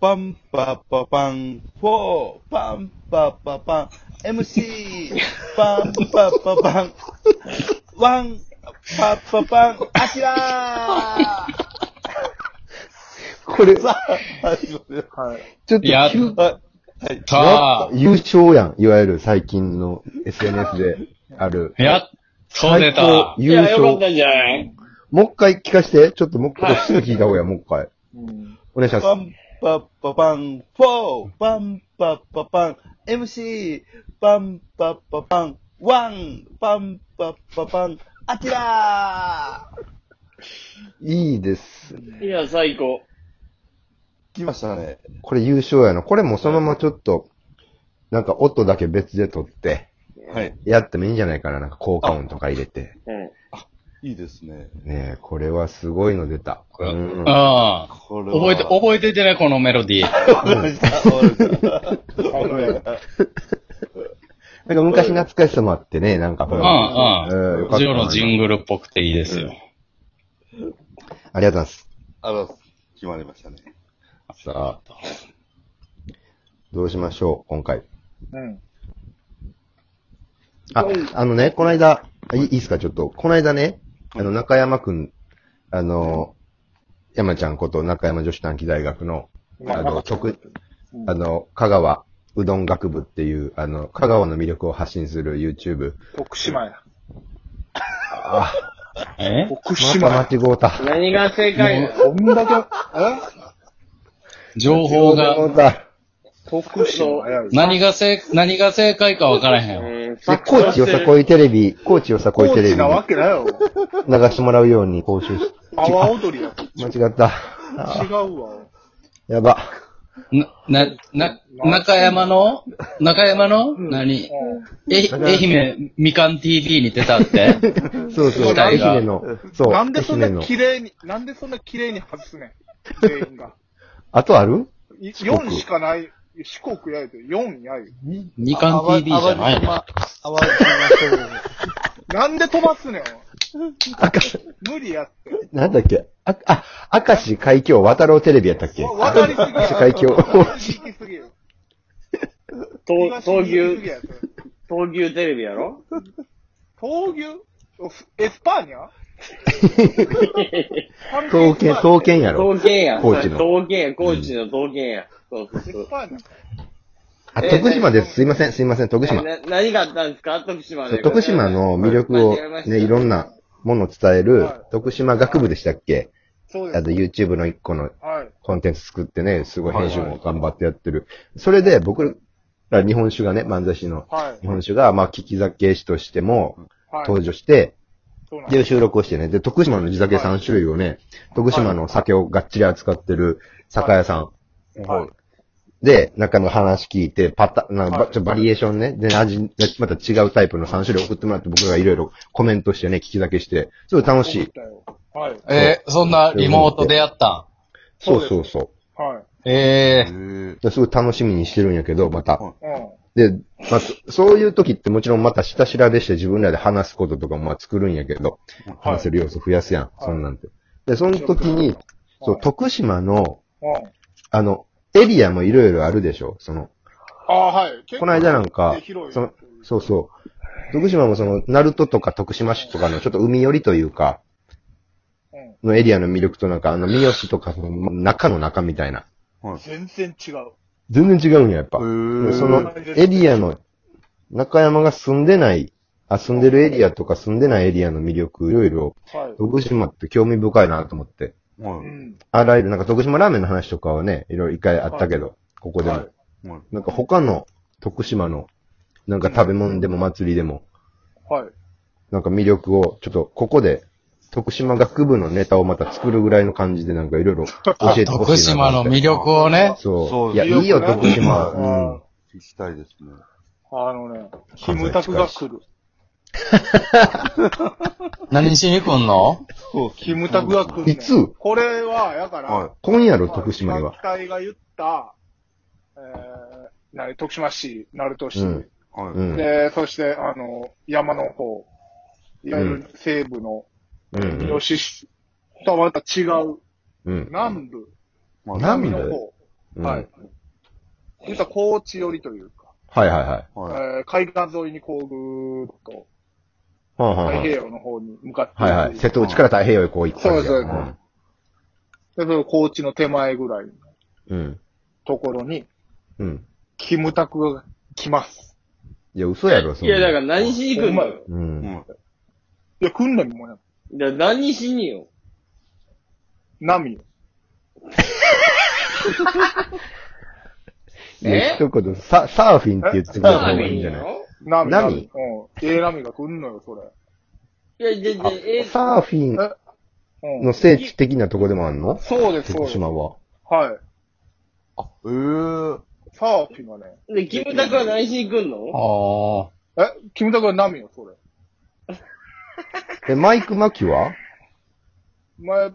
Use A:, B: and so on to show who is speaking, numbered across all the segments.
A: パンパパパン、フォー、パンパパパン、MC、パンパパパン、ワン、パパパン、アキラー
B: これ、
A: さあ、始まる。
C: はい。
B: ちょっと
D: やっ
B: 急、
A: はい。はい。
D: た
B: 優勝やん。いわゆる最近の SNS である。
D: ーやっと出
B: 最高
D: た
B: 優
C: いや、よかっ
B: 勝。
C: たんじゃない
B: もう一回聞かして。ちょっともう一回、すぐ聞いた方がいいよもう一回。
C: うん。
B: お願いします。
A: パンパパパン、フォー、パンパパパン、MC、パンパパパン、ワン、パンパパパン、アキラー
B: いいです。
C: いや、最高。
A: 来ましたね。
B: これ優勝やな。これもうそのままちょっと、なんか音だけ別で撮って、
A: はい。
B: やってもいいんじゃないかな。なんか効果音とか入れて。
C: うん。
A: いいですね。
B: ねえ、これはすごいの出た。う
D: うん
B: ん。。
A: これ
D: 覚えて、覚えててね、このメロディー。
A: わかりました。わかりました
B: なんか昔懐かしさもあってね、なんかほ
D: う
B: ら。
D: ん
B: うんよ
D: う
B: かった
D: ん。ジオのジングルっぽくていいですよ。
B: ありがとうございます。
A: あの、決まりましたね。
B: さあ。どうしましょう、今回。
C: うん。
B: あ、あのね、この間、いいいですか、ちょっと。この間ね、あの、中山くん、あの、山ちゃんこと中山女子短期大学の、あの、直、あの、香川うどん学部っていう、あの、香川の魅力を発信する YouTube。
E: 徳島や。
D: え
E: 徳島
B: ま
E: や。
B: た間違うた。
C: 何が正解なの
E: こんだけ、え
D: 情報が、
B: 間違うた
E: 徳島や。
D: 何が正、何が正解かわからへんわ。
C: うん、
B: で、高知よさこいテレビ、高知よさこい
E: 高
B: テレビ
E: 知
B: に
E: なわけだよ。
B: 流してもらうように講習し、
E: 阿波踊りや。
B: 間違った。
E: 違うわ。
B: やば。
D: な、な、な、中山の中山の何え、愛媛みかん TV に出たって
B: そうそう、
D: 期待
B: 愛
D: が
B: 媛の、そう、
E: なんでそ
B: 愛
E: んな
B: 媛の。
E: 綺麗に、なんでそんな綺麗に外すねん。全員が。
B: あとある
E: い
B: 四国
E: 4しかない。四国やで、4やで。
D: みかん TV じゃないの
A: あわじまし
E: なんで飛ばすねん。
B: 赤、
E: 無理やって。
B: なんだっけあ、あ、明石海峡渡ろうテレビやったっけ
E: わ渡りすぎや。
B: 世界境
E: 渡り行きすぎや。
C: 東
E: 東
C: 東
E: 行きすぎ
C: 牛、
E: や。それ
C: 東牛テレビやろ
E: 闘牛おスエスパーニ ャ
B: 刀剣、刀剣やろ。
C: 東京や。
B: 高知の
C: 東京や、高知の東京や。そうそう
E: エ
C: そう
E: ス。パーニャ
B: あ、
C: え
B: 徳島です。すいません、すいません、徳島。
C: えな何があったんですか徳島
B: そ
C: で。
B: う徳島の魅力を
C: 間違えました
B: ね、いろんなものを伝える
E: はい、
B: 徳島学部でしたっけ
E: そうで
B: あ
E: す
B: と。YouTube の一個の
E: はい。
B: コンテンツ作ってね、すごい編集も頑張ってやってる。それで僕ら日本酒がね、漫才師の
E: はい
B: 日。本酒が、まあ、聞き酒師としても
E: はい。
B: 登場して、
E: そうなんで
B: で、
E: す
B: 収録をしてね、で、徳島の地酒3種類をね、徳島の酒をがっちり扱ってる酒屋さん。
E: はい
B: で、中の話聞いて、パタ、なんかば
E: はい
B: ちょバリエーションね、で、味がまた違うタイプの3種類送ってもらって、僕がいろいろコメントしてね、聞き酒して、すごい楽しい。
E: はい。
D: えーそんなリモートでやった
B: そ
E: そうう
B: そうそ
E: はい。
D: んええ
A: た。
B: う。ですごい楽しみにしてるんやけど、また。
A: は
E: うん。
B: で、まあ、そそういう時ってもちろんまた下調べして自分らで話すこととかもまあ作るんやけど、話せる要素増やすやん、そんなんて。で、その時に、そう、徳島の、
E: うん。
B: あの、エリアもいろいろあるでしょその、
E: ああ、はい。
B: この間なんか
E: 結構広い
B: その、そうそう。徳島もその、鳴門とか徳島市とかのちょっと海寄りというか、
E: うん。
B: のエリアの魅力となんか、あの、三好とかその中の中みたいな。
E: 全然違う。
B: 全然違うんや、やっぱ。
A: ー
B: そのエリアの、中山が住んでない、あ、住んでるエリアとか住んでないエリアの魅力、いろいろ、
E: はい。
B: 徳島って興味深いなと思って。
A: は
E: う
A: い。
E: ん。
B: あらゆる、なんか徳島ラーメンの話とかはね、いろいろ一回あったけど、ここでも
E: はい。
A: はい。
B: なんか他の徳島の、なんか食べ物でも祭りでも、
E: はい。
B: なんか魅力を、ちょっとここで、徳島学部のネタをまた作るぐらいの感じでなんかいろいろ教えてほしいなと思って。
D: 徳島の魅力をね、
B: そ。
A: そうう
B: いや、いいよ、徳島。うん。
A: 聞きたいですね。
E: あのね、キムタクが来る。
D: 何しに来んの
A: そう、
E: キムタクが来る、ね。
B: いつ
E: これは、やから、
A: はい。
B: 今夜の徳島には。
E: 期待が言った、えー、なに徳島市、鳴門市、
B: うん
A: はい。
B: うん。
E: で、そして、あの、山の方、いわゆる西部
B: うんう
E: の、
B: ん
E: 吉市とはまた違う、
B: うん。
E: 南部、
A: まあ
B: 南
E: 南
B: 部
E: の方、
B: うん
E: はい。言ったら高知寄りというか、
B: はいはいはい。
E: え
A: は
E: ー海岸沿いにこうぐーっと
B: はんはん
E: 太
B: はん
E: 平洋の方に向かってく
B: はいはい。瀬戸内から太平洋へこう行ったわけや
E: そうそうでその高知の手前ぐらいの
B: うん。
E: ところに、
B: うん。
E: キムタクが来ます。
B: いや、嘘やろ、そ
C: い
B: んな
C: や、だから何しに行くんだよ。
B: う。
A: い。うんん。
E: いや、来んねんもんね。
C: だから何しによ。
E: 波よ。
B: いや
C: え
B: 一言、サ、サーフィンって言ってくれた方がいいんじゃない
C: よ。
E: 波。
B: 波
E: うん。ええ波が来んのよ、それ。
C: いや、で、で、え、
B: サーフィン
E: う
B: の
E: ん。
B: 聖地的なとこでもあんの
E: そうです、そ
B: 徳
E: うです。
B: 島は。
E: はい。
A: えー。
E: サーフィンがね。
C: で、キムタクは何しに来んの
D: あ
E: え、キムタクは波よ、それ。
B: え、マイク・マキは
E: ま、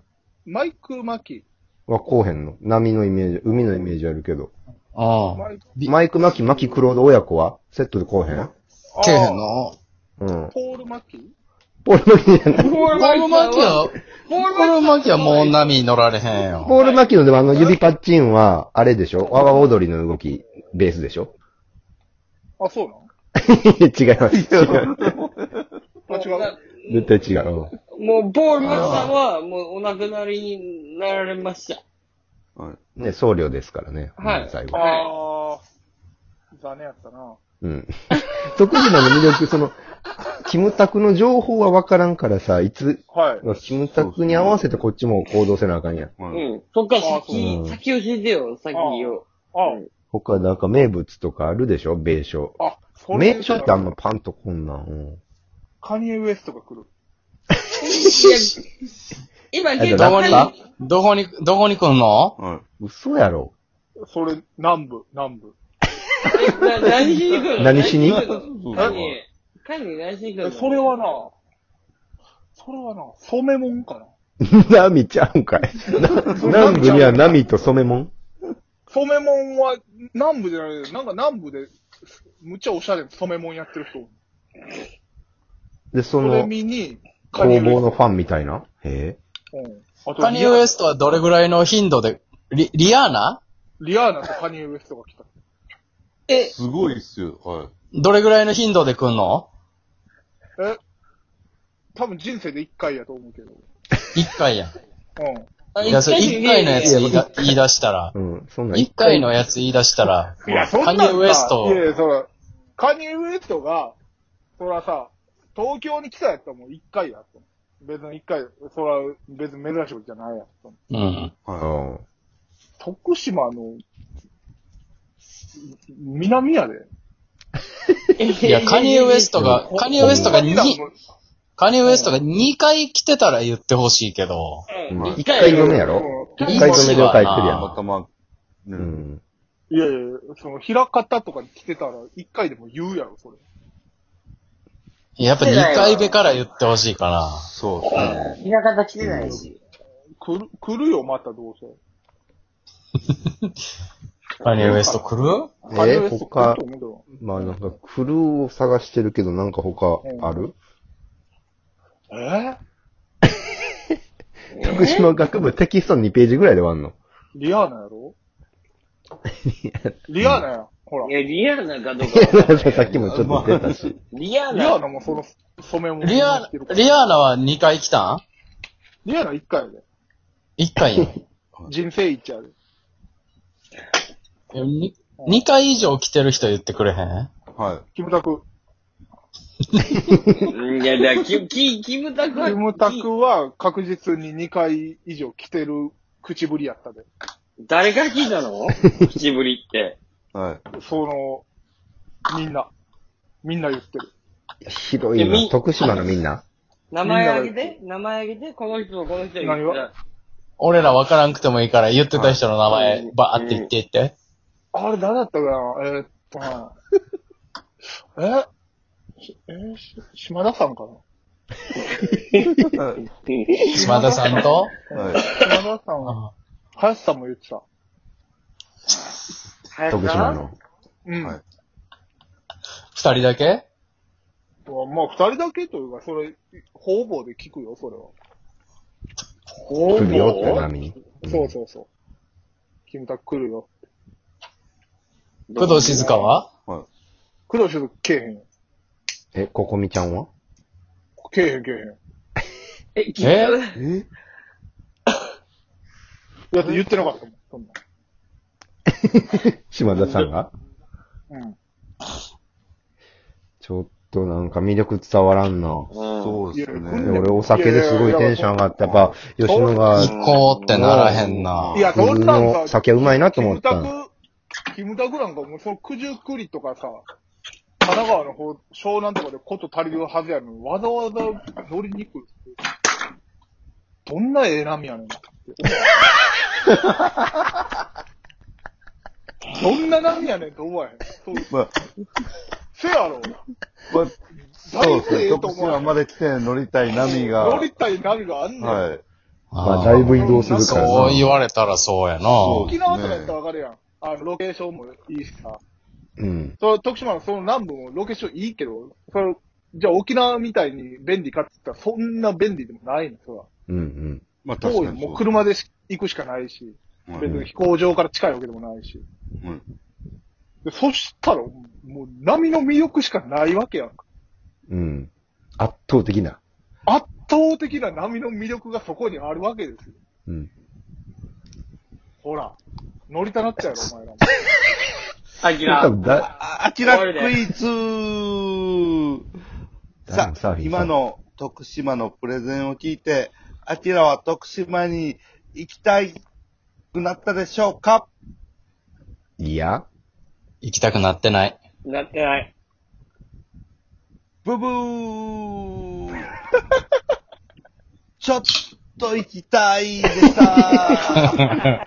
E: マイク・マキ。
B: はこうへんの波のイメージ、海のイメージあるけど。
D: あ。ああ。
E: マイク。
D: び
B: マイク・マキ、マキ・クロード親子はセットでこうへん
D: けへん
E: あ
D: の
B: うん。
E: ーポール・マキ
B: ポール・マキじゃない。
C: ポ
D: ポールマキア、ポールマキアもう波に乗られへんよ。
B: ポール・マキのでもあの指パッチンは、あれでしょ阿波踊りの動き、ベースでしょ
E: あ、そうなの
B: 違います。違う。
E: あ、違う。
B: 絶対違う。
C: もう、ポールマキさんは、もうお亡くなりになられました。
B: ね、僧侶ですからね。
C: はい
B: うん最後。
E: あー。残念やったな。
B: うん。 徳島の魅力、その、キムタクの情報はわからんからさ、いつ、
E: はい。
B: キムタクに合わせてこっちも行動せなあかんやん。
A: う。
C: うんん。そっから
B: あそう
C: 先、先教えてよ、先よ。
E: あ
C: うん
B: 他なんか名物とかあるでしょ名所。
E: あ、それ。
B: 名所ってあんまパンとこんなん。うん
E: カニエ・ウエストが来る。
C: いや、今結
D: どこ
C: 構
D: に
B: 黙、
D: どこに、どこに来んの
A: はい。
B: 嘘やろ。
E: それ、南部、南部。
C: な何しに行くの
B: 何しに
C: 何行くの
A: え
C: カニ、カニ何しに行くの
E: それはな、それはな、染めもんかな。
B: 波ちゃうんかい。な 南部には波と染めもん
E: 染めもんは、南部じゃないけど、なんか南部で、むっちゃおしゃれな染めもんやってる人。
B: で、そ
E: それ
B: の、
E: 見に、カニエ
B: 工
E: ウエ
B: 房
E: ス
B: のファンみたいなへ
E: ト。うん。あと
D: カニエウ
E: リア
D: エストはどれぐらいの頻度で、リ、リアーナ
E: リアーナとカニエウエストが来た。
D: え、
A: すごいっすよ。はい。
D: どれぐらいの頻度で来んの
E: え多分人生で一回やと思うけど。
D: 一回や
E: うん
D: ん。いや、それ一回のやつ
C: い
D: 言いだ言い出したら
B: え。、うん。そんなん
D: 一回のやつ言い出したら、
E: ん。いや、そん
D: カ
E: なん
D: ニエウエス
E: さ
D: ト
E: い、やいや、そら、カニエウエストが、そらさ、東京に来たやったらもう一回やと思う。別に一回、そら、別に珍しいことじゃないやと思
D: う
E: う。
D: ん。
A: は
B: うん。
E: 徳島の、南やで。
D: いや、カニエウエストが、カニエウエストが2、カニエウエストが2回来てたら言ってほしいけど、
A: い。まあ、
B: 一回止めやろ
E: うん
B: 一回止めで帰ってるや
A: たま
B: ん。
A: たま、う。
B: うんん。
E: いやいや、その、平方とかに来てたら、一回でも言うやろ、それ。
D: やっぱ2回目から言ってほしいかな。
A: そうっすね。
C: 平方来てないし。
E: 来る、来るよ、またどうせ。
D: カニエウエスト来る
B: え
E: カニエウエスト来ると思うけど。
B: まあなんか、クルーを探してるけど、なんか他ある
E: え
B: 徳島学部テキスト2ページぐらいで終わんの
E: リアーナや ろリアーナや。ほら。
C: い
E: リ
C: や、リアーナかどうか。
B: さっきもちょっと出たし。
C: リアー
E: アー
C: ナ。
E: ナもその、染め物
D: リア、
E: リ
D: リアーナは2回来たん
E: リアーナ一回やで。
D: ?1 回やん。
E: 人生一やで。
D: 2回以上来てる人言ってくれへん
A: は
E: キムタク。
C: いや、だから、キキキムタクは、
E: キムタクは確実に二回以上来てる口ぶりやったで。
C: 誰から聞いたの口ぶりって。
A: い。はい。
E: その、みんな。みんな言ってる。
B: 広いな。徳島のみんな
C: 名前あげて、名前あげて、この人とこの人言
E: 何を
D: 俺ら分からんくてもいいから言ってた人の名前ばーって言っていって。
E: あれ、誰だったかなえーっとな。えしえーし島田さんかな
D: 島田さんと
A: はい。
E: 島田さんは、林さんも言ってた。
B: 徳島。の。
E: うん。
A: はい
D: 二人だけ
E: まあ、二人だけというか、それ、方々で聞くよ、それは。
C: ほ
B: 来るよって
C: ぼ
B: 波に。
E: そうそうそう。キムタク来るよって。
D: 工藤静香は
E: 工藤静香けえへんよ。
B: え、ここみちゃんは
E: けえへんけえへん。
C: え、聞いた
B: え
E: だって言ってなかったもん、そん
B: 島田さんが
E: なん。うん。
B: ちょっとなんか魅力伝わらんな。
C: うん。
A: そうですよ
E: い
B: で
E: や
A: ね。
B: 俺お酒ですごいテンション上がって、やっぱ、吉野が、
D: 行こうってならへんな。
E: いや、そ
B: 僕
E: んなんさ
B: の、酒うまいなと思った
E: キ
B: の。
E: ムタク、キムタクなんかもうその九十九里とかさ、神奈川の方、湘南とかでこと足りるはずやのに、わざわざ乗りに来るって。どんなええ波やねん。どんな波やねんと思わへん。そう
A: まあ、
E: せやろ。
A: まあ、そうです
E: え
A: ね。
E: えと
A: 徳
E: 思わ
A: 島
E: へん
A: まで来て乗りたい波が。
E: 乗りたい波があんねん。
A: はい。
B: まあ、だいぶ移動するから
D: そう言
B: な。
D: われたらそうやな。
A: そ
E: 沖縄とかやったらわかるやん。あの、ロケーションもいいしさ。
B: うん。
E: その徳島のその南部もロケーションいいけど、そのじゃあ沖縄みたいに便利かって言ったらそんな便利でもないの、そ
B: うんうん。
A: まあ、
E: ら。
A: 確
E: 遠い
A: かに。
E: もう車でし行くしかないし、
A: うん。
E: 別に飛行場から近いわけでもないし。
A: うん
E: でそしたら、もう波の魅力しかないわけやんか。
B: うん。圧倒的な。
E: 圧倒的な波の魅力がそこにあるわけですよ。
B: うん。
E: ほら、乗りたなっちゃうやろ、お前らも。
C: あき
B: 多
C: ら
B: 分。だ、
A: あちらクイズ
B: 誰
A: さ
B: もサー
A: あ
B: フ、ィン
A: 今の徳島のプレゼンを聞いて、あちらは徳島に行きたいくなったでしょうか
B: いや
D: 行きたくなってない。
C: なってない。
A: ブブーちょっと行きたいでした